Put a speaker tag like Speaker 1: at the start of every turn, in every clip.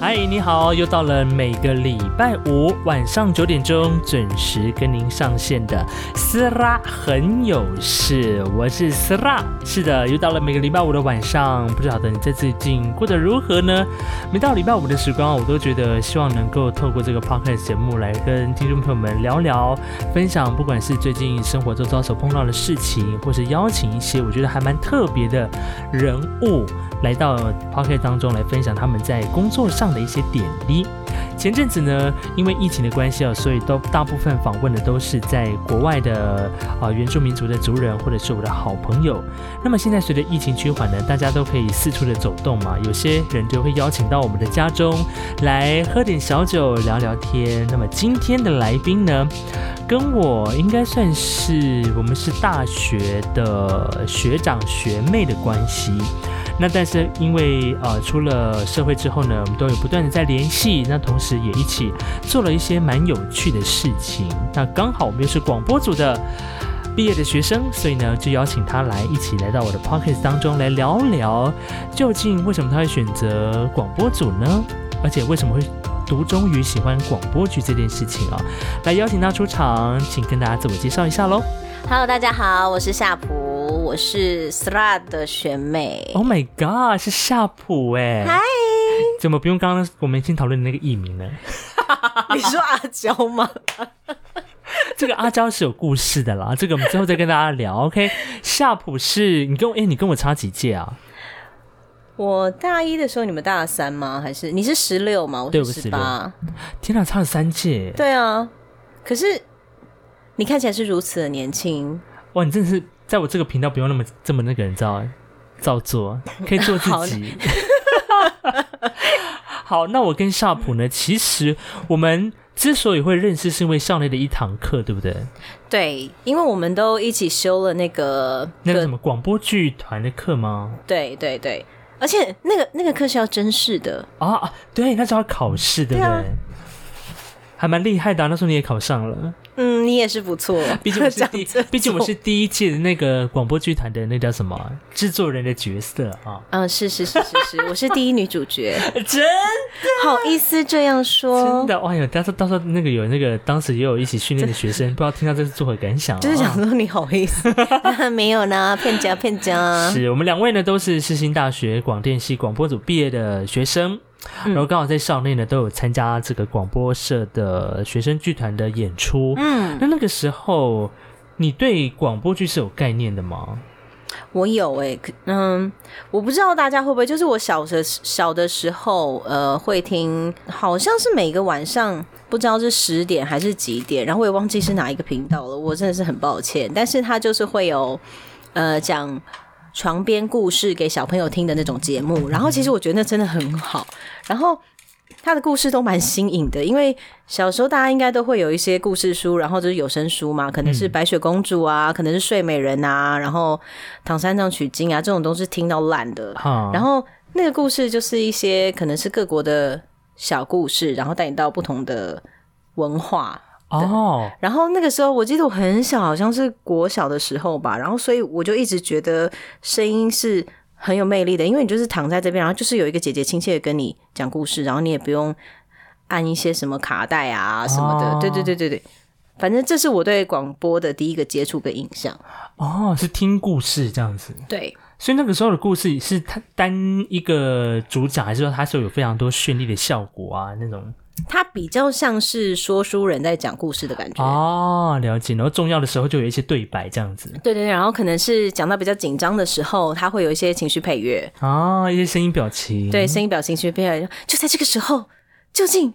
Speaker 1: 嗨，你好，又到了每个礼拜五晚上九点钟准时跟您上线的斯拉很有事，我是斯拉。是的，又到了每个礼拜五的晚上，不晓得你在最近过得如何呢？每到礼拜五的时光，我都觉得希望能够透过这个 podcast 节目来跟听众朋友们聊聊，分享不管是最近生活周遭所碰到的事情，或是邀请一些我觉得还蛮特别的人物来到 p o c k e t 当中来分享他们在工作上的一些点滴。前阵子呢，因为疫情的关系啊，所以都大部分访问的都是在国外的啊、呃原住民族的族人，或者是我的好朋友。那么现在随着疫情趋缓呢，大家都可以四处的走动嘛，有些人就会邀请到我们的家中来喝点小酒，聊聊天。那么今天的来宾呢，跟我应该算是我们是大学的学长学妹的关系。那但是因为呃出了社会之后呢，我们都有不断的在联系，那同时也一起做了一些蛮有趣的事情。那刚好我们又是广播组的毕业的学生，所以呢就邀请他来一起来到我的 p o c k e t 当中来聊聊，究竟为什么他会选择广播组呢？而且为什么会独钟于喜欢广播剧这件事情啊？来邀请他出场，请跟大家自我介绍一下喽。
Speaker 2: Hello，大家好，我是夏普，我是 Sra 的学妹。
Speaker 1: Oh my god，是夏普哎、
Speaker 2: 嗨，
Speaker 1: 怎么不用刚刚我们先讨论的那个艺名呢？
Speaker 2: 你说阿娇吗？
Speaker 1: 这个阿娇是有故事的啦，这个我们之后再跟大家聊。OK，夏普是你跟我，哎、你跟我差几届啊？
Speaker 2: 我大一的时候，你们大三吗？还是你是十六吗？我
Speaker 1: 对我
Speaker 2: 是
Speaker 1: 是
Speaker 2: 十八。
Speaker 1: 天哪，差了三届！
Speaker 2: 对啊，可是你看起来是如此的年轻，
Speaker 1: 哇，你真的是在我这个频道不用那么这么那个人知道造作，可以做自己。 好，那我跟夏普呢，其实我们之所以会认识，是因为校内的一堂课，对不对？
Speaker 2: 对，因为我们都一起修了那个
Speaker 1: 那个什么广播剧团的课吗？
Speaker 2: 对对对，而且那个那个课是要真试的，
Speaker 1: 啊，啊对，那时候要考试，对不对？
Speaker 2: 对啊
Speaker 1: 还蛮厉害的啊、那时候你也考上了。
Speaker 2: 嗯，你也是不错，
Speaker 1: 毕竟我是
Speaker 2: 讲
Speaker 1: 第
Speaker 2: 这，
Speaker 1: 毕竟我
Speaker 2: 种
Speaker 1: 是第一届的那个广播剧团的那叫什么啊制作人的角色啊，
Speaker 2: 嗯，是是是是是，我是第一女主 角，
Speaker 1: 真
Speaker 2: 好意思这样说
Speaker 1: 真，的，哎呦，到时候到时候那个有那个当时也有一起训练的学生，不知道听到这是作何感想、啊？
Speaker 2: 就是想说你好意思， 没有啦，骗家骗 家，
Speaker 1: 是我们两位呢，都是世新大学广电系广播组毕业的学生，然后刚好在校内呢都有参加这个广播社的学生剧团的演出。
Speaker 2: 嗯，
Speaker 1: 那那个时候，你对广播剧是有概念的吗？
Speaker 2: 我有哎、可嗯，我不知道大家会不会，就是我小的小的时候，呃，会听，好像是每个晚上不知道是十点还是几点，然后我也忘记是哪一个频道了，我真的是很抱歉，但是它就是会有，呃，讲。床边故事给小朋友听的那种节目，然后其实我觉得那真的很好，然后他的故事都蛮新颖的，因为小时候大家应该都会有一些故事书，然后就是有声书嘛，可能是白雪公主啊，可能是睡美人啊，然后唐三藏取经啊，这种都是听到烂的。
Speaker 1: 哈，
Speaker 2: 然后那个故事就是一些可能是各国的小故事，然后带你到不同的文化。
Speaker 1: 哦，
Speaker 2: 然后那个时候我记得我很小，好像是国小的时候吧，然后所以我就一直觉得声音是很有魅力的，因为你就是躺在这边，然后就是有一个姐姐亲切的跟你讲故事，然后你也不用按一些什么卡带啊什么
Speaker 1: 哦
Speaker 2: 的。对对对对对，反正这是我对广播的第一个接触跟印象。
Speaker 1: 哦，是听故事这样子，
Speaker 2: 对，
Speaker 1: 所以那个时候的故事是它单一个主角，还是说它是有非常多绚丽的效果啊那种？
Speaker 2: 它比较像是说书人在讲故事的感觉。
Speaker 1: 哦，了解。然后重要的时候就有一些对白这样子
Speaker 2: 对对对，然后可能是讲到比较紧张的时候，它会有一些情绪配乐。
Speaker 1: 啊、哦，一些声音表情。
Speaker 2: 对，声音表情去变得就在这个时候，究竟，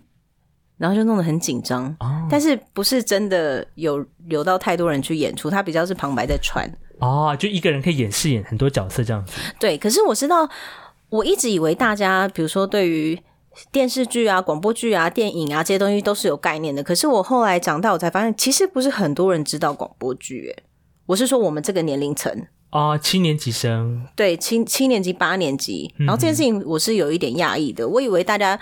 Speaker 2: 然后就弄得很紧张。
Speaker 1: 哦
Speaker 2: 但是不是真的有有到太多人去演出，他比较是旁白在传。
Speaker 1: 哦，就一个人可以演饰演很多角色这样子。
Speaker 2: 对，可是我知道，我一直以为大家，比如说对于电视剧啊、广播剧啊、电影啊这些东西都是有概念的。可是我后来长大，我才发现，其实不是很多人知道广播剧、欸。我是说我们这个年龄层，
Speaker 1: 哦，七年级生
Speaker 2: 对七七年级、八年级，然后这件事情我是有一点讶异的，我以为大家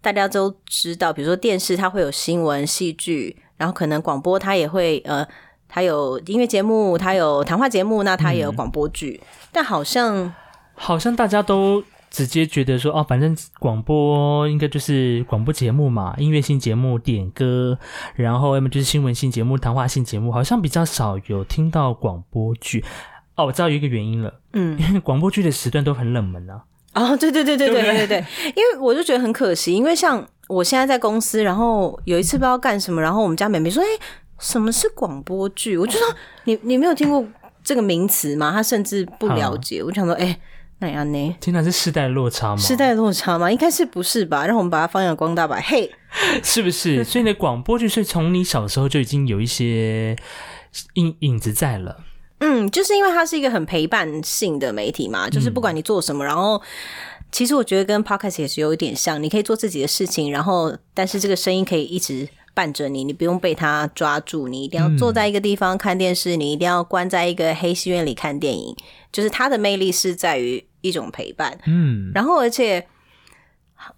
Speaker 2: 大家都知道，比如说电视它会有新闻、戏剧，然后可能广播它也会呃，它有音乐节目，它有谈话节目，那它也有广播剧，但好像
Speaker 1: 好像大家都直接觉得说哦，反正广播应该就是广播节目嘛，音乐性节目、点歌，然后要么就是新闻性节目、谈话性节目，好像比较少有听到广播剧。哦，我知道有一个原因了，
Speaker 2: 嗯，
Speaker 1: 因为 广播剧的时段都很冷门啊。
Speaker 2: 哦，对对对对
Speaker 1: 对
Speaker 2: 对
Speaker 1: 不
Speaker 2: 对对
Speaker 1: 对
Speaker 2: 对，因为我就觉得很可惜，因为像我现在在公司，然后有一次不知道干什么，然后我们家妹妹说：“哎、什么是广播剧？”我就 说：“你你没有听过这个名词吗？”她甚至不了解。我就想说：“哎、那你要呢？
Speaker 1: 天哪，是世代落差吗？
Speaker 2: 世代落差吗？应该是不是吧？让我们把它发扬光大吧。嘿，
Speaker 1: 是不是？所以呢，广播剧是从你小时候就已经有一些影影子在了。
Speaker 2: 嗯，就是因为它是一个很陪伴性的媒体嘛，就是不管你做什么，然后其实我觉得跟 podcast 也是有一点像，你可以做自己的事情，然后但是这个声音可以一直伴着你，你不用被它抓住，你一定要坐在一个地方看电视，你一定要关在一个黑戏院里看电影，就是它的魅力是在于一种陪伴，
Speaker 1: 嗯，
Speaker 2: 然后而且，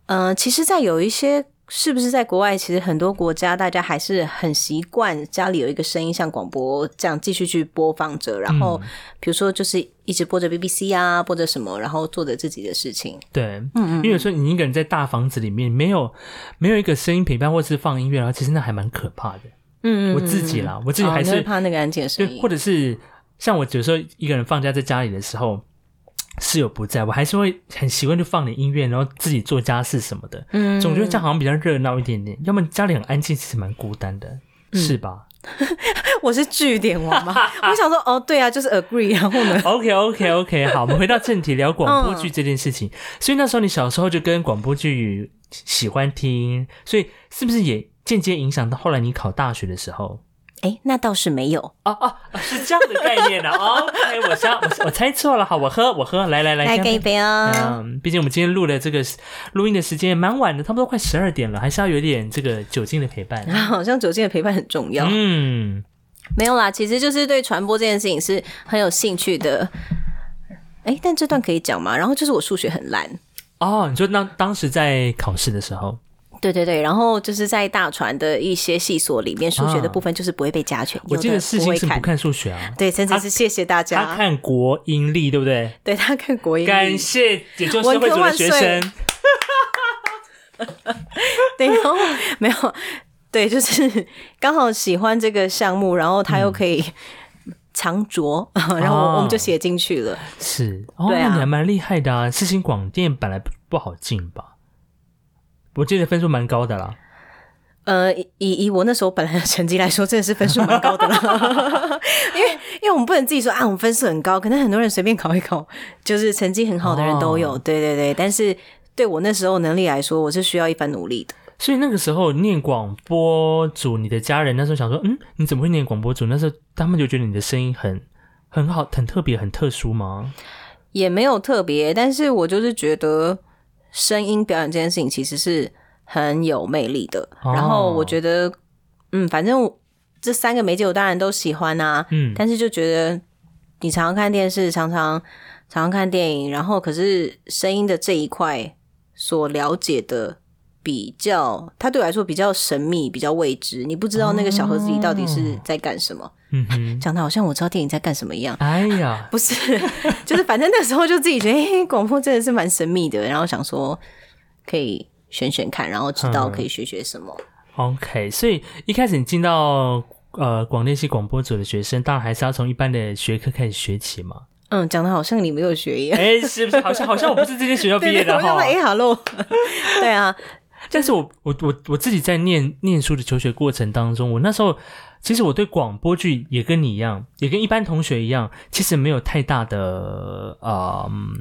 Speaker 2: 呃，其实，在有一些。是不是在国外？其实很多国家大家还是很习惯家里有一个声音，像广播这样继续去播放着，然后
Speaker 1: 嗯
Speaker 2: 比如说就是一直播着 BBC 啊，播着什么，然后做着自己的事情。
Speaker 1: 对，
Speaker 2: 嗯
Speaker 1: 因为有时候你一个人在大房子里面，没有没有一个声音陪伴，或是放音乐，然后啊其实那还蛮可怕的。
Speaker 2: 嗯
Speaker 1: 我自己啦，我自己还
Speaker 2: 哦你
Speaker 1: 是、
Speaker 2: 会怕那个安静的声
Speaker 1: 对，
Speaker 2: 音
Speaker 1: 或。者是像我有时候一个人放假在家里的时候，室友不在，我还是会很习惯就放点音乐，然后自己做家事什么的。
Speaker 2: 嗯
Speaker 1: 总觉得这样好像比较热闹一点点，要么家里很安静，其实蛮孤单的，
Speaker 2: 嗯
Speaker 1: 是吧
Speaker 2: 我是据点 王吗？我想说，哦，对啊，就是 agree，然后呢？
Speaker 1: ？OK OK OK，好，我们回到正题，聊广播剧这件事 情。所以那时候你小时候就跟广播剧喜欢听，所以是不是也间接影响到后来你考大学的时候？
Speaker 2: 哎，那倒是没有。
Speaker 1: 哦哦，是这样的概念的、 啊。OK，我猜我我猜错了，好，我喝我喝，来来来，
Speaker 2: 来
Speaker 1: 干
Speaker 2: 干一杯啊！
Speaker 1: 嗯，毕竟我们今天录的这个录音的时间也蛮晚的，差不多快十二点了，还是要有点这个酒精的陪伴。
Speaker 2: 好像酒精的陪伴很重要。
Speaker 1: 嗯，
Speaker 2: 没有啦，其实就是对传播这件事情是很有兴趣的。哎，但这段可以讲吗？然后就是我数学很烂，
Speaker 1: 哦，你说当当时在考试的时候，
Speaker 2: 对对对，然后就是在大船的一些系所里面，数学的部分就是不会被加权，
Speaker 1: 啊我记得
Speaker 2: 有的
Speaker 1: 世
Speaker 2: 不
Speaker 1: 新
Speaker 2: 会
Speaker 1: 是不
Speaker 2: 看。
Speaker 1: 看数学啊，
Speaker 2: 对，真的是谢谢大
Speaker 1: 他
Speaker 2: 家。
Speaker 1: 看国英历，对不对？
Speaker 2: 对他看国英，
Speaker 1: 感谢解救社会组的学
Speaker 2: 文科万
Speaker 1: 生。
Speaker 2: 对，然后没有，对，就是刚好喜欢这个项目，然后他
Speaker 1: 嗯
Speaker 2: 又可以藏拙，然后
Speaker 1: 啊
Speaker 2: 我我们就写进去了。
Speaker 1: 是哦，
Speaker 2: 对啊
Speaker 1: 那你还蛮厉害的啊！世新广电本来不不好进吧？我记得分数蛮高的啦。
Speaker 2: 呃，以以以我那时候本来的成绩来说，真的是分数蛮高 的了，因为因为我们不能自己说啊，我们分数很高，可能很多人随便考一考，就是成绩很好的人都有，
Speaker 1: 哦
Speaker 2: 对对对，但是对我那时候能力来说，我是需要一番努力的。
Speaker 1: 所以那个时候念广播组，你的家人那时候想说，嗯，你怎么会念广播组？那时候他们就觉得你的声音很很好，很特别，很特殊吗？
Speaker 2: 也没有特别，但是我就是觉得声音表演这件事情其实是很有魅力的。
Speaker 1: 哦
Speaker 2: 然后我觉得，嗯，反正我这三个媒介我当然都喜欢啊，
Speaker 1: 嗯，
Speaker 2: 但是就觉得你常常看电视，常常常常看电影，然后可是声音的这一块所了解的。比较，它对我来说比较神秘，比较未知，你不知道那个小盒子里到底是在干什么，
Speaker 1: 嗯哼，
Speaker 2: 讲的好像我知道电影在干什么一样。
Speaker 1: 哎呀，
Speaker 2: 不是，就是反正那时候就自己觉得，哎、广播真的是蛮神秘的，然后想说可以选选看，然后知道
Speaker 1: 嗯
Speaker 2: 可以学学什么。
Speaker 1: OK，所以一开始你进到呃广电系广播组的学生，当然还是要从一般的学科开始学起嘛。
Speaker 2: 嗯，讲的好像你没有学一样。
Speaker 1: 哎、是不是？好像好像我不是这间学 校毕业 的
Speaker 2: 我想
Speaker 1: 哈
Speaker 2: 说。哎，hello，对 啊，
Speaker 1: 但是我我我我自己在念念书的求学过程当中，我那时候其实我对广播剧也跟你一样，也跟一般同学一样，其实没有太大的呃嗯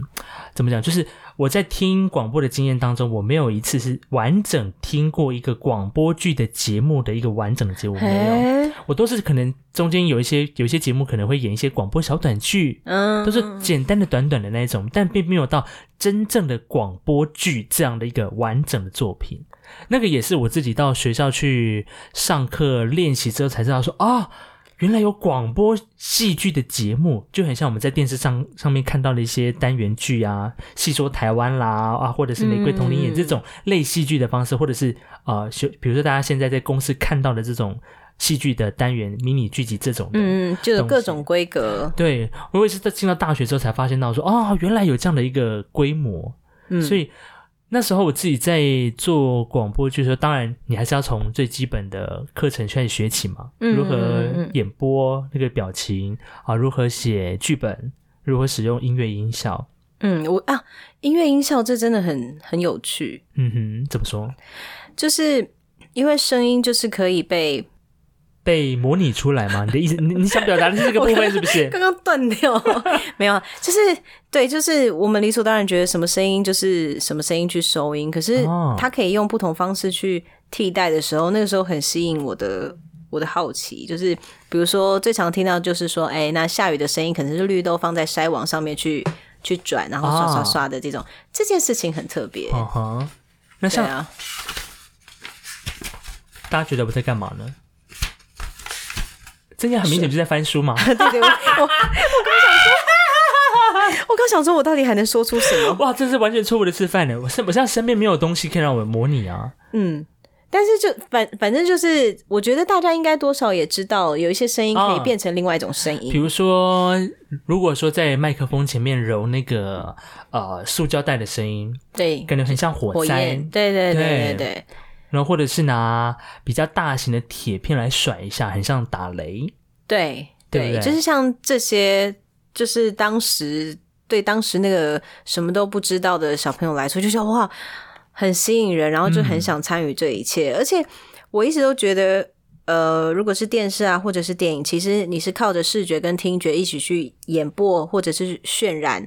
Speaker 1: 怎么讲，就是我在听广播的经验当中，我没有一次是完整听过一个广播剧的节目的一个完整的节目，没有。
Speaker 2: 哎，
Speaker 1: 我都是可能中间有一些有一些节目可能会演一些广播小短剧，
Speaker 2: 嗯，
Speaker 1: 都是简单的短短的那一种，但并没有到真正的广播剧这样的一个完整的作品。那个也是我自己到学校去上课练习之后才知道说啊。原来有广播戏剧的节目，就很像我们在电视上上面看到的一些单元剧啊，戏说台湾啦啊，或者是玫瑰童林演
Speaker 2: 嗯
Speaker 1: 这种类戏剧的方式，或者是呃，学比如说大家现在在公司看到的这种戏剧的单元迷你剧集这种的，
Speaker 2: 嗯，就是
Speaker 1: 东西
Speaker 2: 各种规格，
Speaker 1: 对我也是在进到大学之后才发现到说，哦，原来有这样的一个规模。
Speaker 2: 嗯
Speaker 1: 所以那时候我自己在做广播剧的时候，当然你还是要从最基本的课程开始学起嘛，
Speaker 2: 嗯
Speaker 1: 如何
Speaker 2: 嗯嗯嗯
Speaker 1: 演播那个表情啊，如何写剧本，如何使用音乐音效。
Speaker 2: 嗯，我啊，音乐音效这真的很很有趣，
Speaker 1: 嗯哼，怎么说？
Speaker 2: 就是因为声音就是可以被
Speaker 1: 被模拟出来吗？你的意思，你你想表达的是这个部分是不 是？
Speaker 2: 刚刚断掉，没有，啊，就是对，就是我们理所当然觉得什么声音就是什么声音去收音，可是
Speaker 1: 哦
Speaker 2: 它可以用不同方式去替代的时候，那个时候很吸引我的我的好奇，就是比如说最常听到就是说，哎、那下雨的声音可能是绿豆放在筛网上面去去转，然后刷刷刷的这种，这件事情很特别，
Speaker 1: 嗯哼，那
Speaker 2: 对
Speaker 1: 像
Speaker 2: 啊，
Speaker 1: 大家觉得我在干嘛呢？这应该很明显就是在翻书嘛。
Speaker 2: 对对，我我我刚想说，我刚想说我到底还能说出什么？
Speaker 1: 哇，这是完全错误的示范呢！我身我现在身边没有东西可以让我模拟啊。
Speaker 2: 嗯，但是就反反正就是，我觉得大家应该多少也知道，有一些声音可
Speaker 1: 啊
Speaker 2: 以变成另外一种声音。
Speaker 1: 比如说，如果说在麦克风前面揉那个呃塑胶袋的声音，
Speaker 2: 对，
Speaker 1: 感觉很像火
Speaker 2: 火
Speaker 1: 灾
Speaker 2: 焰，，对对对对
Speaker 1: 对
Speaker 2: 对
Speaker 1: 然后或者是拿比较大型的铁片来甩一下，很像打雷。
Speaker 2: 对
Speaker 1: 对不对
Speaker 2: 就是像这些，就是当时对当时那个什么都不知道的小朋友来说，就觉得哇，很吸引人，然后就很想参与这一
Speaker 1: 嗯
Speaker 2: 切。而且我一直都觉得。呃，如果是电视啊，或者是电影，其实你是靠着视觉跟听觉一起去演播，或者是渲染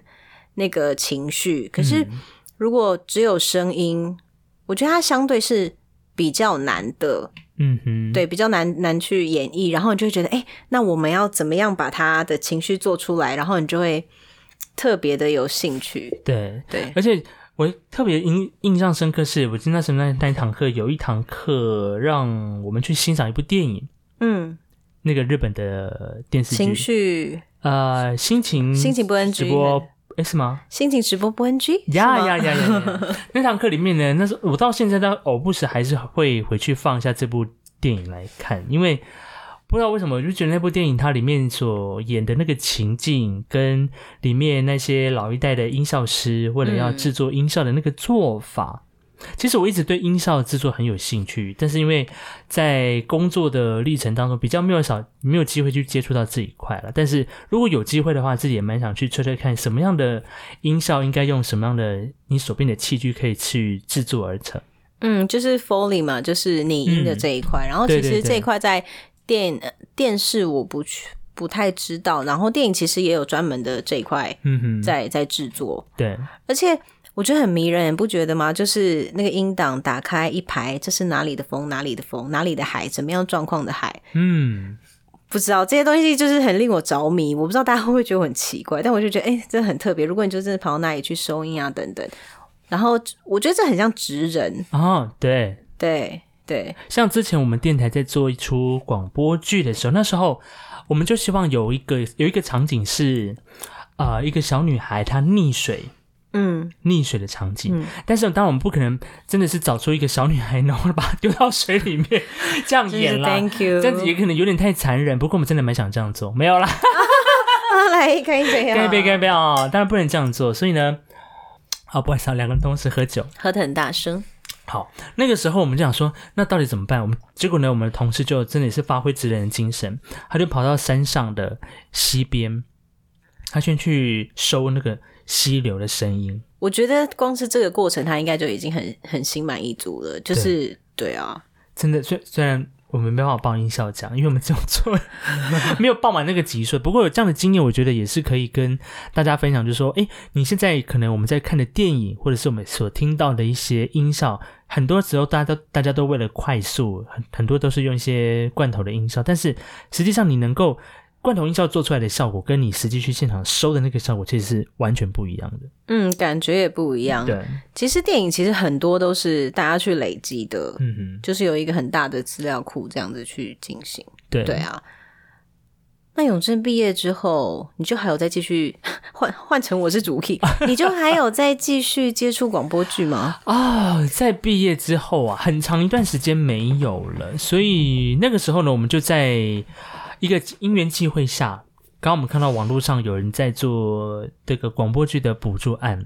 Speaker 2: 那个情绪。可是
Speaker 1: 嗯
Speaker 2: 如果只有声音，我觉得它相对是比较难的，
Speaker 1: 嗯哼，，
Speaker 2: 对，比较难难去演绎。然后你就会觉得，哎、那我们要怎么样把他的情绪做出来？然后你就会特别的有兴趣。
Speaker 1: 对，
Speaker 2: 对，
Speaker 1: 而且我特别印印象深刻是，我记得那时候那那一堂课有一堂课让我们去欣赏一部电影，
Speaker 2: 嗯，
Speaker 1: 那个日本的电视剧，
Speaker 2: 情绪
Speaker 1: 呃，心情
Speaker 2: 心情不 NG
Speaker 1: 直播，诶是吗？
Speaker 2: 心情直播不 NG 是
Speaker 1: 呀
Speaker 2: 吗
Speaker 1: 呀呀呀！ 呀那堂课里面呢，那时候我到现在到偶不时还是会回去放一下这部电影来看，因为不知道为什么，我就觉得那部电影它里面所演的那个情境，跟里面那些老一代的音效师为了要制作音效的那个做法。其实我一直对音效制作很有兴趣，但是因为在工作的历程当中比较没有少没有机会去接触到这一块了。但是如果有机会的话，自己也蛮想去吹吹看什么样的音效应该用什么样的你手边的器具可以去制作而成。
Speaker 2: 嗯，就是 Foley 嘛，就是拟音的这一块。然后
Speaker 1: 嗯对
Speaker 2: 其
Speaker 1: 对
Speaker 2: 实
Speaker 1: 对
Speaker 2: 这一块在电呃电视我不去不太知道，然后电影其实也有专门的这一块
Speaker 1: 嗯哼，
Speaker 2: 在在制作。
Speaker 1: 对，
Speaker 2: 而且我觉得很迷人，你不觉得吗？就是那个音档打开一排，这是哪里的风，哪里的风，哪里的海，怎么样状况的海，
Speaker 1: 嗯，
Speaker 2: 不知道这些东西就是很令我着迷。我不知道大家会不会觉得我很奇怪，但我就觉得哎、真的很特别。如果你就真的跑到那里去收音啊等等，然后我觉得这很像职人，
Speaker 1: 哦，对，
Speaker 2: 对对，
Speaker 1: 像之前我们电台在做一出广播剧的时候，那时候我们就希望有一个有一个场景是，呃，一个小女孩她溺水，
Speaker 2: 嗯，
Speaker 1: 溺水的场景。
Speaker 2: 嗯
Speaker 1: 但是当然我们不可能真的是找出一个小女孩，然后把她丢到水里 面这样
Speaker 2: 就
Speaker 1: 演
Speaker 2: 是
Speaker 1: 啦。
Speaker 2: Thank you，
Speaker 1: 这样子也可能有点太残忍，不过我们真的蛮想这样做，没有啦，
Speaker 2: 啊，来干一杯啊，
Speaker 1: 干一杯，干一杯啊！当然不能这样做，所以呢，啊，不好意思啊，两个人同时喝酒，
Speaker 2: 喝的很大声，
Speaker 1: 好，那个时候我们就想说，那到底怎么办？我们结果呢，我们的同事就真的是发挥职人的精神，他就跑到山上的溪边，他先去收那个溪流的声音。
Speaker 2: 我觉得光是这个过程，他应该就已经很很心满意足了，就是对啊，
Speaker 1: 真的，虽虽然我们没办法帮音效讲，因为我们只有做没有报满那个集数。不过有这样的经验，我觉得也是可以跟大家分享，就是说，诶，你现在可能我们在看的电影，或者是我们所听到的一些音效，很多时候大家都大家都为了快速，很很多都是用一些罐头的音效，但是实际上你能够。罐头音效做出来的效果，跟你实际去现场收的那个效果，其实是完全不一样的。
Speaker 2: 嗯，感觉也不一样，
Speaker 1: 对，
Speaker 2: 其实电影其实很多都是大家去累积的，
Speaker 1: 嗯哼，
Speaker 2: 就是有一个很大的资料库这样子去进行。
Speaker 1: 对，
Speaker 2: 对啊，那永正毕业之后，你就还有再继续 换换成我是主 key，你就还有再继续接触广播剧吗？
Speaker 1: 啊、在毕业之后啊，很长一段时间没有了，所以那个时候呢，我们就在一个因缘际会下，刚刚我们看到网络上有人在做这个广播剧的补助案，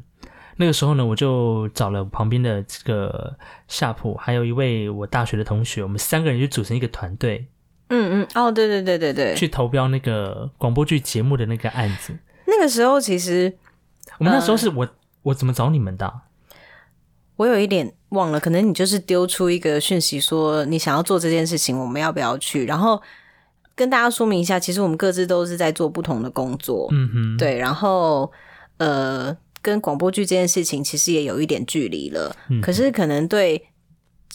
Speaker 1: 那个时候呢，我就找了旁边的这个下铺，还有一位我大学的同学，我们三个人就组成一个团队
Speaker 2: 嗯嗯，哦，对对对对对，
Speaker 1: 去投标那个广播剧节目的那个案子。
Speaker 2: 那个时候其实
Speaker 1: 我们那时候是我、我怎么找你们的啊、
Speaker 2: 我有一点忘了，可能你就是丢出一个讯息说你想要做这件事情，我们要不要去？然后跟大家说明一下，其实我们各自都是在做不同的工作，
Speaker 1: 嗯哼，，
Speaker 2: 对，然后呃，跟广播剧这件事情其实也有一点距离了，
Speaker 1: 嗯
Speaker 2: 可是可能对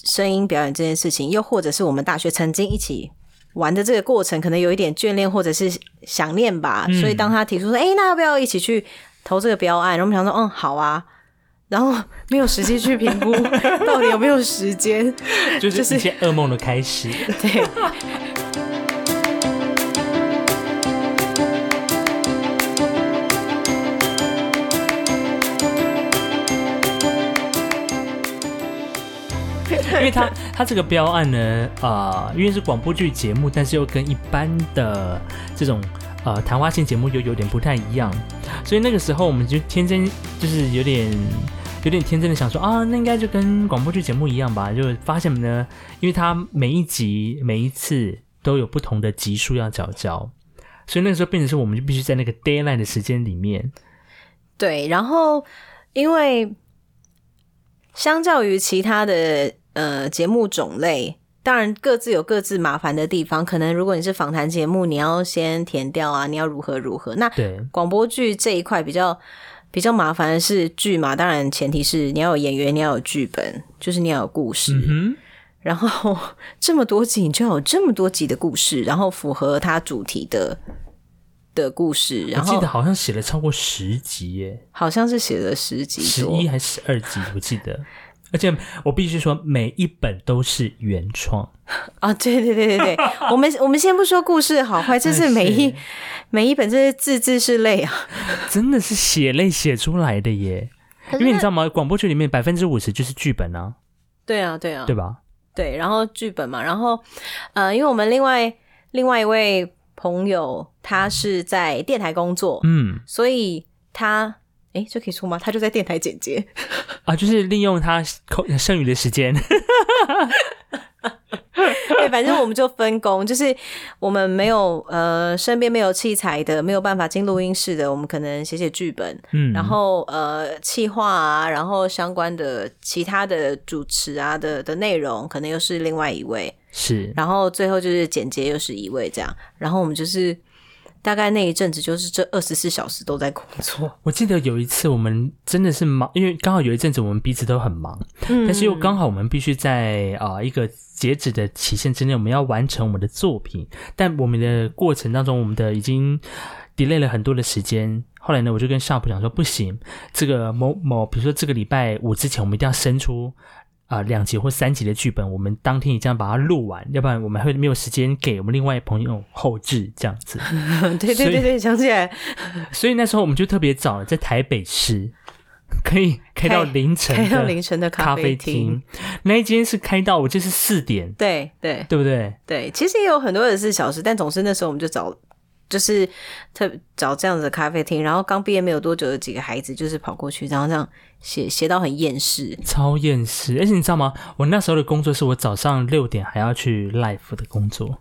Speaker 2: 声音表演这件事情，又或者是我们大学曾经一起。玩的这个过程可能有一点眷恋或者是想念吧，
Speaker 1: 嗯
Speaker 2: 所以当他提出说：“哎、那要不要一起去投这个标案？”然后我们想说：“嗯，好啊。”然后没有实际去评估 到底有没有时间，
Speaker 1: 就是
Speaker 2: 就是
Speaker 1: 一些噩梦的开始。
Speaker 2: 对，
Speaker 1: 因为他他这个标案呢，呃，因为是广播剧节目，但是又跟一般的这种呃谈话性节目又有点不太一样，所以那个时候我们就天真，就是有点有点天真的想说啊，那应该就跟广播剧节目一样吧。就发现呢，因为它每一集每一次都有不同的集数要缴交，所以那个时候变成是我们就必须在那个 d a y l i n e 的时间里面，
Speaker 2: 对，然后因为相较于其他的呃节目种类，当然各自有各自麻烦的地方。可能如果你是访谈节目，你要先填掉啊，你要如何如何。那
Speaker 1: 对，
Speaker 2: 广播剧这一块比较比较麻烦的是剧嘛，当然前提是你要有演员，你要有剧本，就是你要有故事。
Speaker 1: 嗯
Speaker 2: 然后这么多集，你就要有这么多集的故事，然后符合它主题的的故事。
Speaker 1: 哼，
Speaker 2: 然
Speaker 1: 我记
Speaker 2: 后
Speaker 1: 得好像写了超过十集耶。
Speaker 2: 好像是写了十集
Speaker 1: 十
Speaker 2: 多，
Speaker 1: 一还是十二集，我记得。而且我必须说，每一本都是原创，
Speaker 2: 啊，对对对对对，我们 我们先不说故事好坏，这是每一
Speaker 1: 哎
Speaker 2: 每一本嗯这是字字是泪啊。
Speaker 1: 真的是血泪写出来的耶。因为你知道吗？广播剧里面百分之五十就是剧本啊，
Speaker 2: 对啊，对啊，
Speaker 1: 对吧？
Speaker 2: 对，然后剧本嘛，然后呃，因为我们另外另外一位朋友他是在电台工作，
Speaker 1: 嗯
Speaker 2: 所以他诶，这可以说吗？他就在电台剪接，
Speaker 1: 啊，就是利用他空剩余的时间，
Speaker 2: 对，反正我们就分工，就是我们没有呃身边没有器材的，没有办法进录音室的，我们可能写写剧本，
Speaker 1: 嗯，
Speaker 2: 然后呃，企划啊，然后相关的其他的主持啊的的内容，可能又是另外一位，
Speaker 1: 嗯是
Speaker 2: 然后最后就是剪接又是一位这样，然后我们就是大概那一阵子就是这二十四小时都在工作，
Speaker 1: 我记得有一次我们真的是忙，因为刚好有一阵子我们彼此都很忙，
Speaker 2: 嗯
Speaker 1: 但是又刚好我们必须在啊、呃一个截止的期限之内，我们要完成我们的作品，但我们的过程当中，我们的已经 delay 了很多的时间。后来呢，我就跟夏普讲说，不行，这个某某，比如说这个礼拜五之前，我们一定要生出啊、呃两集或三集的剧本，我们当天一定要把它录完，要不然我们会没有时间给我们另外朋友后置这样子。
Speaker 2: 对对对对，想起来
Speaker 1: 所以那时候我们就特别早在台北市，可以开到
Speaker 2: 开
Speaker 1: 凌晨
Speaker 2: 开到
Speaker 1: 的
Speaker 2: 凌晨的
Speaker 1: 咖啡
Speaker 2: 啡厅
Speaker 1: 厅，，那一间是开到我记得是四点，
Speaker 2: 对对
Speaker 1: 对不对？
Speaker 2: 对，其实也有很多二十四小时，但总之那时候我们就找。就是特找这样子的咖啡厅，然后刚毕业没有多久的几个孩子，就是跑过去，然后这样写写到很厌世，
Speaker 1: 超厌世，而且你知道吗？我那时候的工作是我早上六点还要去 live 的工作，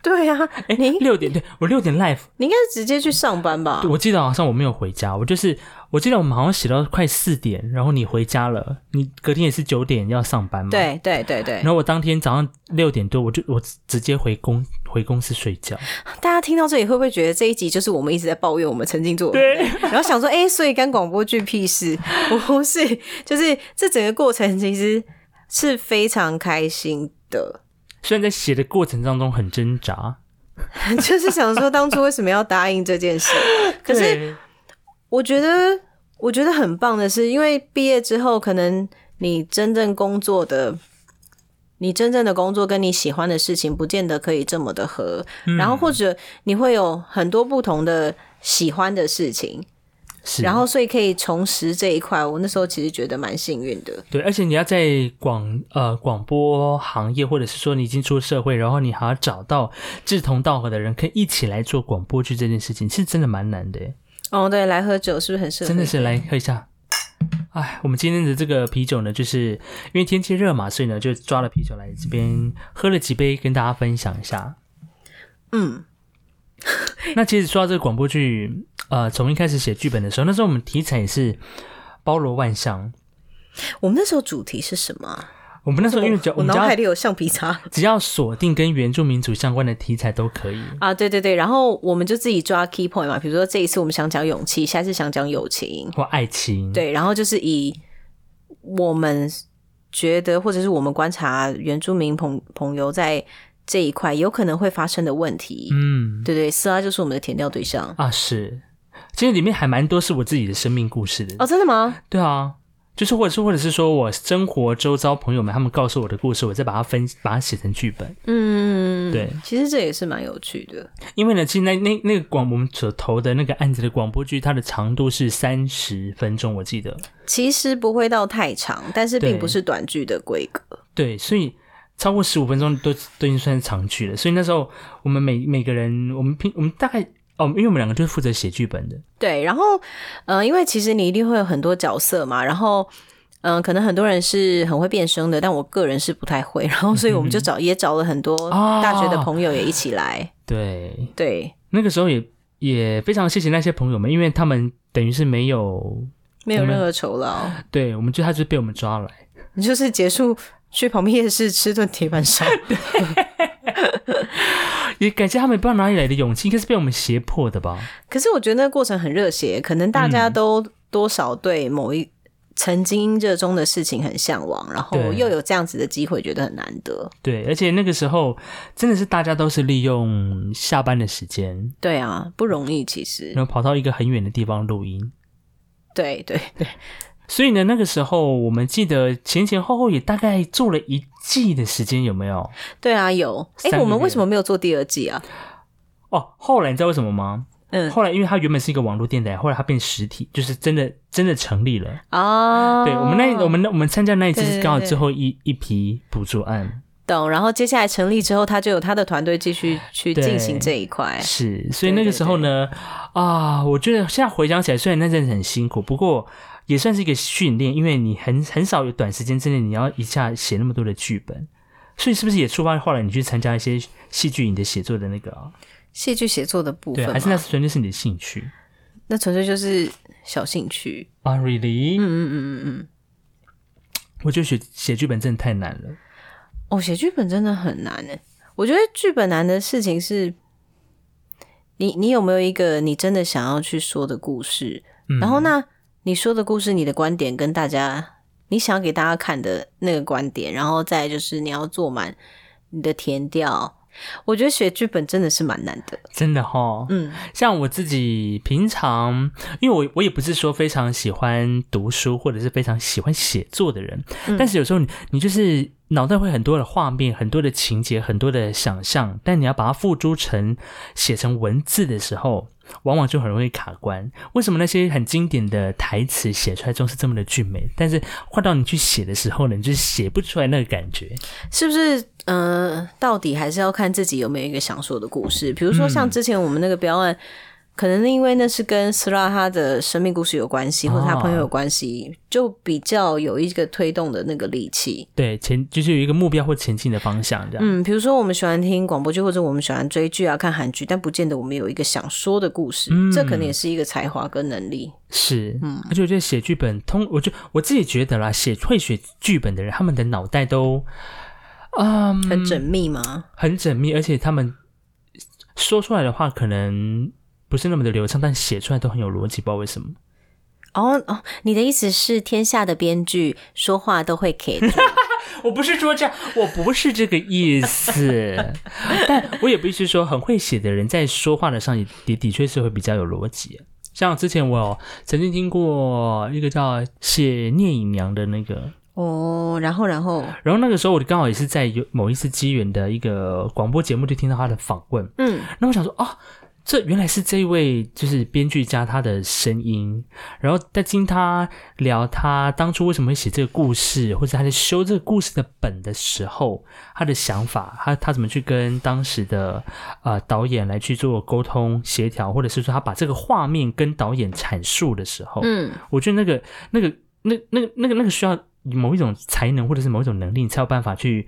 Speaker 2: 对啊，
Speaker 1: 哎，
Speaker 2: 你
Speaker 1: 六点对我六点 live，
Speaker 2: 你应该是直接去上班吧
Speaker 1: 对？我记得好像我没有回家，我就是我记得我们好像写到快四点，然后你回家了，你隔天也是九点要上班嘛，。
Speaker 2: 对对对对
Speaker 1: 然，后我当天早上六点多，我就我直接回公回公司睡觉，
Speaker 2: 大家听到这里会不会觉得这一集就是我们一直在抱怨我们曾经做的对，然后想说，哎、所以干广播剧屁事？ 不是，就是这整个过程其实是非常开心的，
Speaker 1: 虽然在写的过程当中很挣扎，
Speaker 2: 就是想说当初为什么要答应这件事？可是
Speaker 1: 对
Speaker 2: 我觉得，我觉得很棒的是，因为毕业之后，可能你真正工作的，你真正的工作跟你喜欢的事情，不见得可以这么的合。
Speaker 1: 嗯
Speaker 2: 然后或者你会有很多不同的喜欢的事情，
Speaker 1: 是
Speaker 2: 然后所以可以重拾这一块。我那时候其实觉得蛮幸运的。
Speaker 1: 对，而且你要在广呃广播行业，或者是说你已经出社会，然后你还要找到志同道合的人，可以一起来做广播剧这件事情，是真的蛮难的耶，
Speaker 2: 哦，对，来喝酒是不是很适合？
Speaker 1: 真的是来喝一下。哎，我们今天的这个啤酒呢，就是因为天气热嘛，所以呢就抓了啤酒来这边喝了几杯，跟大家分享一下。
Speaker 2: 嗯，
Speaker 1: 那其实说到这个广播剧，呃，从一开始写剧本的时候，那时候我们题材也是包罗万象。
Speaker 2: 我们那时候主题是什么啊？
Speaker 1: 我们那时候因为只要
Speaker 2: 我
Speaker 1: 我们
Speaker 2: 脑
Speaker 1: 只
Speaker 2: 海
Speaker 1: 要
Speaker 2: 里有橡皮 擦
Speaker 1: 只要锁定跟原住民族相关的题材都可以。
Speaker 2: 啊，对对对，然后我们就自己抓 key point 嘛，比如说这一次我们想讲勇气，下次想讲友情，
Speaker 1: 或爱情，，
Speaker 2: 对，然后就是以我们觉得或者是我们观察原住民朋朋友在这一块有可能会发生的问题，
Speaker 1: 嗯，
Speaker 2: 对对，斯拉就是我们的填调对象
Speaker 1: 啊是，其实里面还蛮多是我自己的生命故事的。
Speaker 2: 哦，真的吗？
Speaker 1: 对啊，就是或者是或者是说我生活周遭朋友们他们告诉我的故事，我再把它分把它写成剧本。
Speaker 2: 嗯，
Speaker 1: 对，
Speaker 2: 其实这也是蛮有趣的，
Speaker 1: 因为呢，其实那那那个广我们所投的那个案子的广播剧，它的长度是三十分钟，我记得。
Speaker 2: 其实不会到太长，但是并
Speaker 1: 对
Speaker 2: 不是短剧的规格。
Speaker 1: 对，所以超过十五分钟都都已经算是长剧了。所以那时候我们每每个人，我们平我们大概哦，因为我们两个就是负责写剧本的，
Speaker 2: 对，然后，呃，因为其实你一定会有很多角色嘛，然后，嗯、可能很多人是很会变声的，但我个人是不太会，然后所以我们就找、也找了很多
Speaker 1: 啊
Speaker 2: 大学的朋友也一起来，
Speaker 1: 对，
Speaker 2: 对，
Speaker 1: 那个时候也也非常谢谢那些朋友们，因为他们等于是没有
Speaker 2: 没有
Speaker 1: 我们
Speaker 2: 任何酬劳，
Speaker 1: 对我们就他就被我们抓来。
Speaker 2: 你就是结束去旁边夜市吃顿铁板烧，
Speaker 1: 也感谢他们不知道哪里来的勇气，应该是被我们胁迫的吧？
Speaker 2: 可是我觉得那个过程很热血，可能大家都多少对某一。曾经热衷的事情很向往，然后
Speaker 1: 对
Speaker 2: 又有这样子的机会，觉得很难得。
Speaker 1: 对，而且那个时候真的是大家都是利用下班的时间，
Speaker 2: 对啊，不容易，其实。
Speaker 1: 然后跑到一个很远的地方录音。
Speaker 2: 对对对，
Speaker 1: 所以呢，那个时候我们记得前前后后也大概做了一季的时间，有没有？
Speaker 2: 对啊，有。哎、
Speaker 1: 三个
Speaker 2: 我们
Speaker 1: 月
Speaker 2: 为什么没有做第二季啊？
Speaker 1: 哦，后来你知道为什么吗？
Speaker 2: 嗯
Speaker 1: 后来因为它原本是一个网络电台，后来它变实体，就是真的真的成立了。
Speaker 2: 哦，
Speaker 1: 对我们那我们那我们参加那一次
Speaker 2: 对
Speaker 1: 是
Speaker 2: 对
Speaker 1: 刚好
Speaker 2: 对
Speaker 1: 最后一一批补助案。
Speaker 2: 懂。然后接下来成立之后，他就有他的团队继续去
Speaker 1: 对
Speaker 2: 进行这一块。
Speaker 1: 是，所以
Speaker 2: 对
Speaker 1: 那个
Speaker 2: 对
Speaker 1: 时候
Speaker 2: 哎对
Speaker 1: 呢，啊，我觉得现在回想起来，虽然那阵子很辛苦，不过也算是一个训练，因为你很很少有短时间之内你要一下写那么多的剧本，所以是不是也触发后来你去参加一些戏剧你的写作的那个啊、
Speaker 2: 戏剧写作的部
Speaker 1: 对，
Speaker 2: 分嘛，
Speaker 1: 还是那是纯粹是你的兴趣
Speaker 2: 那纯粹就是小兴趣。
Speaker 1: 啊？Really？、
Speaker 2: 嗯嗯嗯嗯嗯。
Speaker 1: 我觉得写写剧本真的太难了。
Speaker 2: 哦，写剧本真的很难诶。我觉得剧本难的事情是，你你有没有一个你真的想要去说的故事？
Speaker 1: 嗯
Speaker 2: 然后那你说的故事，你的观点跟大家你想给大家看的那个观点，然后再就是你要做满你的填调。我觉得写剧本真的是蛮难的。
Speaker 1: 真的哈，
Speaker 2: 嗯，
Speaker 1: 像我自己平常，因为我我也不是说非常喜欢读书或者是非常喜欢写作的人，
Speaker 2: 嗯
Speaker 1: 但是有时候你你就是脑袋会很多的画面、很多的情节、很多的想象，但你要把它付诸成写成文字的时候，往往就很容易卡关。为什么那些很经典的台词写出来总是这么的俊美，但是换到你去写的时候呢，你就写不出来那个感觉？
Speaker 2: 是不是？呃，到底还是要看自己有没有一个想说的故事。比如说，像之前我们那个标案，可能因为那是跟斯拉他的生命故事有关系，或者他
Speaker 1: 哦
Speaker 2: 朋友有关系，就比较有一个推动的那个力气。
Speaker 1: 对，前就是有一个目标或前进的方向这样。
Speaker 2: 嗯，比如说我们喜欢听广播剧，或者我们喜欢追剧啊、看韩剧，但不见得我们有一个想说的故事。
Speaker 1: 嗯
Speaker 2: 这可能也是一个才华跟能力。
Speaker 1: 是，而且我觉得写剧本通，我就我自己觉得啦，写会写剧本的人，他们的脑袋都，嗯，
Speaker 2: 很缜密吗？
Speaker 1: 很缜密，而且他们说出来的话可能不是那么的流畅，但写出来都很有逻辑，不知道为什么。
Speaker 2: 哦哦，你的意思是天下的编剧说话都会 K
Speaker 1: 我不是说这样，我不是这个意思，但我也必须说，很会写的人在说话的上也的的确是会比较有逻辑。像之前我有曾经听过一个叫写聂隐娘的那个，
Speaker 2: 哦，然后然后，
Speaker 1: 然后那个时候我刚好也是在有某一次机缘的一个广播节目就听到他的访问，
Speaker 2: 嗯，
Speaker 1: 那我想说啊，这原来是这一位就是编剧家他的声音，然后在听他聊他当初为什么会写这个故事，或者他在修这个故事的本的时候，他的想法，他他怎么去跟当时的呃导演来去做沟通协调，或者是说他把这个画面跟导演阐述的时候，
Speaker 2: 嗯，
Speaker 1: 我觉得那个那个那那个那个那个需要某一种才能或者是某一种能力，你才有办法去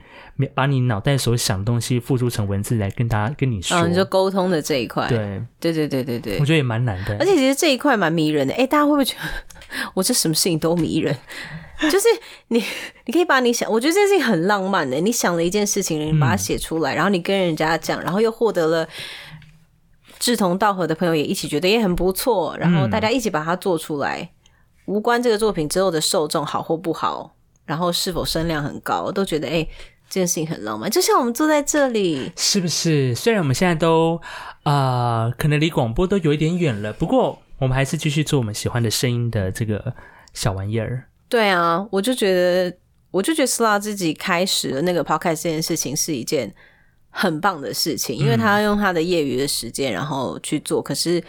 Speaker 1: 把你脑袋所想的东西付诸成文字来跟大家跟你说。
Speaker 2: 嗯，你说沟通的这一块，
Speaker 1: 对，
Speaker 2: 对对对对对
Speaker 1: 我，觉得也蛮难的。
Speaker 2: 而且其实这一块蛮迷人的。哎、大家会不会觉得 我这什么事情都迷人？ 就是你， 你可以把你想，我觉得这件事情很浪漫的。你想了一件事情，你
Speaker 1: 嗯
Speaker 2: 把它写出来，然后你跟人家讲，然后又获得了志同道合的朋友也一起觉得也很不
Speaker 1: 嗯
Speaker 2: 错，然后大家一起把它做出来。无关这个作品之后的受众好或不好，然后是否声量很高，都觉得哎、这件事情很浪漫。就像我们坐在这里，
Speaker 1: 是不是？虽然我们现在都啊、呃可能离广播都有一点远了，不过我们还是继续做我们喜欢的声音的这个小玩意儿。
Speaker 2: 对啊，我就觉得，我就觉得 Sla 自己开始了那个 podcast 这件事情是一件很棒的事情，因为
Speaker 1: 嗯
Speaker 2: 他用他的业余的时间然后去做，可是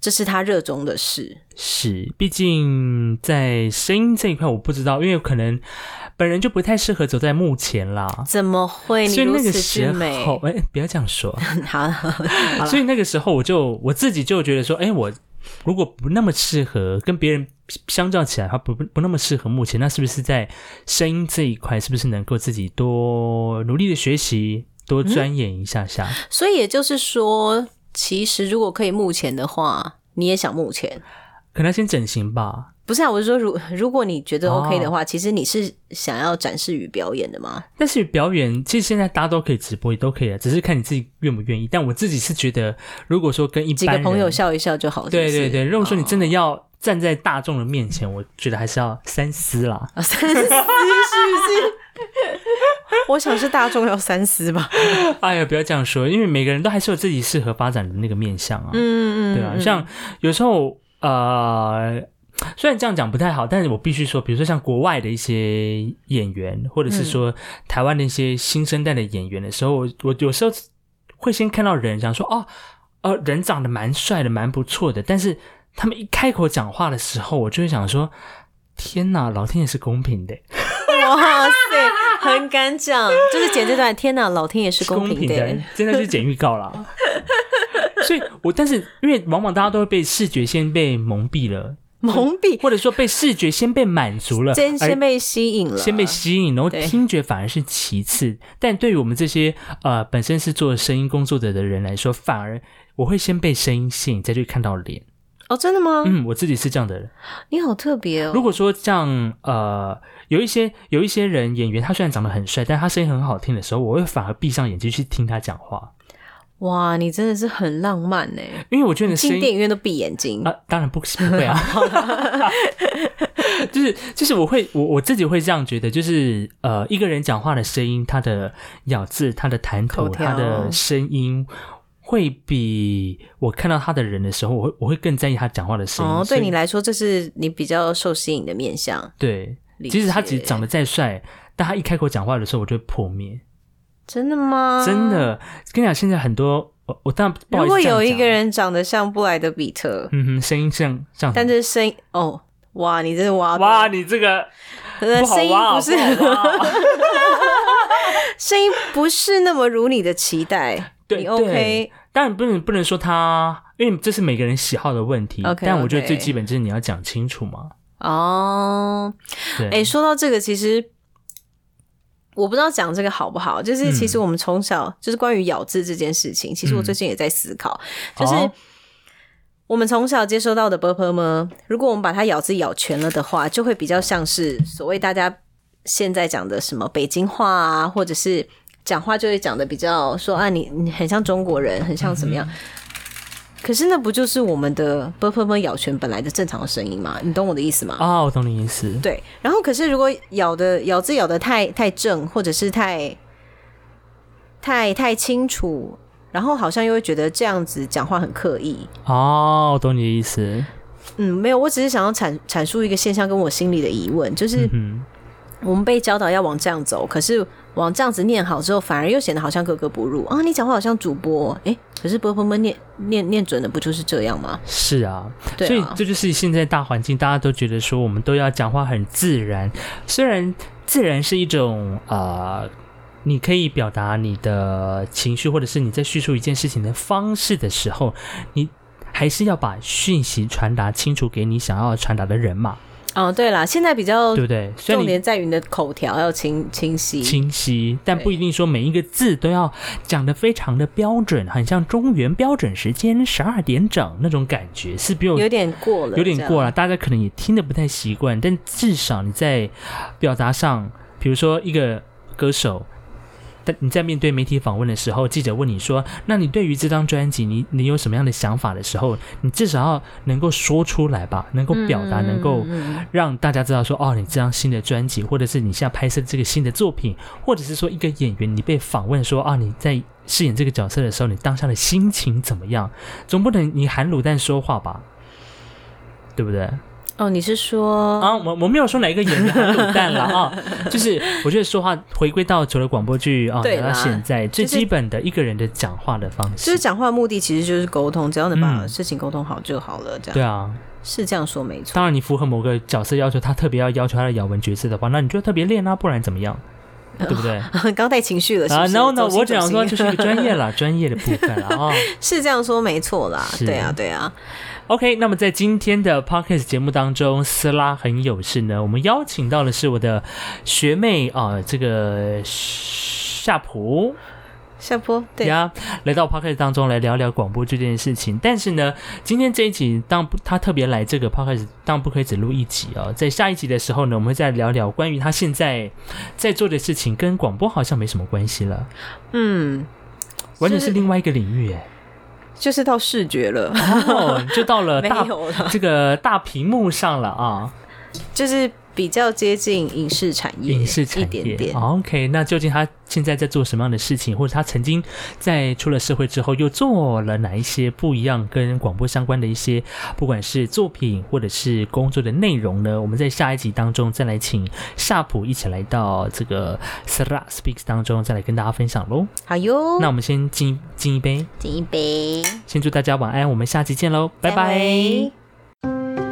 Speaker 2: 这是他热衷的事。
Speaker 1: 是，毕竟在声音这一块，我不知道，因为可能本人就不太适合走在幕前啦。
Speaker 2: 怎么会你
Speaker 1: 所以
Speaker 2: 如
Speaker 1: 那个
Speaker 2: 此
Speaker 1: 时
Speaker 2: 之美？
Speaker 1: 候，哎、不要这样说。
Speaker 2: 好了，好 了
Speaker 1: 所，以那个时候，我就我自己就觉得说，哎、我如果不那么适合跟别人相较起来，他不不不那么适合目前，那是不是在声音这一块，是不是能够自己多努力的学习，多钻研一下下？
Speaker 2: 所以也就是说，其实如果可以目前的话，你也想目前。
Speaker 1: 可能要先整形吧。
Speaker 2: 不是啊，我是说，如如果你觉得
Speaker 1: 哦
Speaker 2: OK 的话，其实你是想要展示与表演的吗？
Speaker 1: 但是表演，其实现在大家都可以直播，也都可以啊，只是看你自己愿不愿意。但我自己是觉得，如果说跟一
Speaker 2: 几
Speaker 1: 般
Speaker 2: 个
Speaker 1: 人
Speaker 2: 朋友笑一笑就好。是不
Speaker 1: 对
Speaker 2: 是
Speaker 1: 对对，如果说你
Speaker 2: 哦
Speaker 1: 真的要站在大众的面前，我觉得还是要三思啦。
Speaker 2: 啊，三思是不是？ 我想是大众要三思吧。
Speaker 1: 哎呀，不要这样说，因为每个人都还是有自己适合发展的那个面向啊，
Speaker 2: 嗯
Speaker 1: 对啊，像有时候呃，虽然这样讲不太好，但是我必须说，比如说像国外的一些演员，或者是
Speaker 2: 嗯
Speaker 1: 说台湾的一些新生代的演员的时候，我我有时候会先看到人想说哦，呃，人长得蛮帅的，蛮不错的，但是他们一开口讲话的时候，我就会想说，天哪，老天也是公平的。
Speaker 2: 哇塞，很敢讲，就是剪这段。天哪，啊老天也是公平的。
Speaker 1: 的，真的是剪预告 啦。所以我，但是因为往往大家都会被视觉先被蒙蔽了，
Speaker 2: 蒙蔽，
Speaker 1: 或者说被视觉先被满足了，
Speaker 2: 先先
Speaker 1: 而
Speaker 2: 被吸引了，
Speaker 1: 先被吸引，然后
Speaker 2: 对
Speaker 1: 听觉反而是其次。但对于我们这些呃本身是做声音工作者的人来说，反而我会先被声音吸引，再去看到脸。
Speaker 2: 哦，真的吗？
Speaker 1: 嗯，我自己是这样的人。
Speaker 2: 你好特别哦。
Speaker 1: 如果说像呃有一些有一些人演员，他虽然长得很帅，但他声音很好听的时候，我会反而闭上眼睛去听他讲话，
Speaker 2: 哇，你真的是很浪漫呢。
Speaker 1: 因为我觉得你的声
Speaker 2: 进
Speaker 1: 音
Speaker 2: 电影院都闭眼睛，
Speaker 1: 啊，当然不 是不会啊，就是就是我会我我自己会这样觉得，就是呃一个人讲话的声音，他的咬字、他的谈吐、
Speaker 2: 口条
Speaker 1: 他的声音，会比我看到他的人的时候，我会我会更在意他讲话的声音。
Speaker 2: 哦，
Speaker 1: 所
Speaker 2: 对
Speaker 1: 以
Speaker 2: 你来说，这是你比较受吸引的面相。
Speaker 1: 对，
Speaker 2: 理
Speaker 1: 即使他
Speaker 2: 解
Speaker 1: 只长得再帅，但他一开口讲话的时候，我就会破灭。
Speaker 2: 真的吗？
Speaker 1: 真。的，跟你讲，现在很多我我当然不好
Speaker 2: 啊如
Speaker 1: 意思
Speaker 2: 果
Speaker 1: 这样
Speaker 2: 有一
Speaker 1: 讲
Speaker 2: 个，人长得像布莱德比特，
Speaker 1: 嗯哼，声音像像，
Speaker 2: 但是声音哦，哇，你这是挖洞
Speaker 1: 哇，你这个
Speaker 2: 呃
Speaker 1: 不好
Speaker 2: 声音
Speaker 1: 挖
Speaker 2: 不
Speaker 1: 哦
Speaker 2: 是
Speaker 1: 不好挖哦
Speaker 2: 声音不是那么如你的期待，
Speaker 1: 对
Speaker 2: 你
Speaker 1: 对
Speaker 2: OK？
Speaker 1: 当然不能不能说他，因为这是每个人喜好的问题。
Speaker 2: OK，
Speaker 1: 但我觉得
Speaker 2: OK
Speaker 1: 最基本就是你要讲清楚嘛。
Speaker 2: 哦，
Speaker 1: 对，
Speaker 2: 哎、说到这个，其实我不知道讲这个好不好，就是
Speaker 1: 嗯
Speaker 2: 其实我们从小、就是关于咬字这件事情，其实我最近也在思考，就是。
Speaker 1: 哦
Speaker 2: 我们从小接收到的 b u r p 吗？如果我们把它咬字咬全了的话，就会比较像是所谓大家现在讲的什么北京话啊，或者是讲话就会讲的比较说啊，你你很像中国人，很像怎么样？可是那不就是我们的 b u r p 吗咬全本来的正常的声音吗？你懂我的意思吗？
Speaker 1: 哦，我懂你意思。
Speaker 2: 对，然后可是如果咬的咬字咬的太太正，或者是太太太清楚，然后好像又会觉得这样子讲话很刻意。
Speaker 1: 哦，我懂你的意思。
Speaker 2: 嗯，没有，我只是想要阐阐述一个现象跟我心里的疑问，就是
Speaker 1: 嗯
Speaker 2: 我们被教导要往这样走，可是往这样子念好之后，反而又显得好像格格不入啊！你讲话好像主播哦，诶，可是波波波念念念准了，不就是这样吗
Speaker 1: 哼，？是啊，
Speaker 2: 对
Speaker 1: 所以
Speaker 2: 啊，
Speaker 1: 这就是现在大环境，大家都觉得说我们都要讲话很自然。虽然自然是一种呃，你可以表达你的情绪，或者是你在叙述一件事情的方式的时候，你还是要把讯息传达清楚给你想要传达的人嘛。
Speaker 2: 哦，对啦，现在比较
Speaker 1: 对不对？虽然
Speaker 2: 重
Speaker 1: 你
Speaker 2: 点在于你的口条要清清晰。
Speaker 1: 清晰，但
Speaker 2: 对
Speaker 1: 不一定说每一个字都要讲得非常的标准，很像中原标准时间十二点整那种感觉，是比我
Speaker 2: 有点过了，
Speaker 1: 有点过
Speaker 2: 了。
Speaker 1: 了，大家可能也听得不太习惯，但至少你在表达上，比如说一个歌手。但你在面对媒体访问的时候，记者问你说：“那你对于这张专辑，你你有什么样的想法？”的时候，你至少要能够说出来吧，能够表
Speaker 2: 嗯
Speaker 1: 达，能够让大家知道说：“哦，你这张新的专辑，或者是你现在拍摄这个新的作品，或者是说一个演员，你被访问说啊，你在饰演这个角色的时候，你当下的心情怎么样？总不能你含卤蛋说话吧，对不对？
Speaker 2: 哦，你是说
Speaker 1: 啊，我我没有说哪一个演员含卤蛋了啊，就是我觉得说话回归到除了广播剧啊，
Speaker 2: 对
Speaker 1: 聊到
Speaker 2: 啦
Speaker 1: 现在最
Speaker 2: 就是
Speaker 1: 基本的一个人的讲话的方
Speaker 2: 就是
Speaker 1: 式，
Speaker 2: 讲话的目的其实就是沟通，只要能把
Speaker 1: 嗯
Speaker 2: 事情沟通好就好了。这样
Speaker 1: 对啊，
Speaker 2: 是这样说没错。
Speaker 1: 当然你符合某个角色要求，他特别要要求他的咬文嚼字的话，那你就特别练啊，不然怎么样？
Speaker 2: 哦
Speaker 1: 对不对？
Speaker 2: 刚带情绪了呃是
Speaker 1: 啊
Speaker 2: 不是
Speaker 1: ，no no，
Speaker 2: 走心
Speaker 1: 我只想说
Speaker 2: 走
Speaker 1: 就
Speaker 2: 心
Speaker 1: 是一 个专业啦，专业的部分了啊。
Speaker 2: 是这样说没错啦。
Speaker 1: 是
Speaker 2: 对啊，对啊，
Speaker 1: OK，那么在今天的 Podcast 节目当中，斯拉很有事呢。我们邀请到的是我的学妹啊、这个夏普
Speaker 2: 下坡对
Speaker 1: 呀，来到 Podcast 当中来聊聊广播剧这件事情。但是呢，今天这一集当不，她特别来这个 Podcast，当然不可以只录一集哦。在下一集的时候呢，我们会再聊聊关于她现在在做的事情，跟广播好像没什么关系了，
Speaker 2: 嗯，
Speaker 1: 完全是另外一个领域 哎。
Speaker 2: 就是到视觉了，
Speaker 1: 哦，就到了
Speaker 2: 没
Speaker 1: 大
Speaker 2: 有了，
Speaker 1: 这个大屏幕上了啊。
Speaker 2: 就是比较接近影视产业，
Speaker 1: 影视产业哦
Speaker 2: 一点点。
Speaker 1: OK，那究竟他现在在做什么样的事情，或者他曾经在出了社会之后又做了哪一些不一样跟广播相关的一些，不管是作品或者是工作的内容呢？我们在下一集当中再来请夏普一起来到这个 s r a Speaks 当中再来跟大家分享喽。
Speaker 2: 好哟，
Speaker 1: 那我们先敬敬一杯，
Speaker 2: 敬一杯，
Speaker 1: 先祝大家晚安，我们下期见喽，拜
Speaker 2: 再
Speaker 1: 拜
Speaker 2: 会。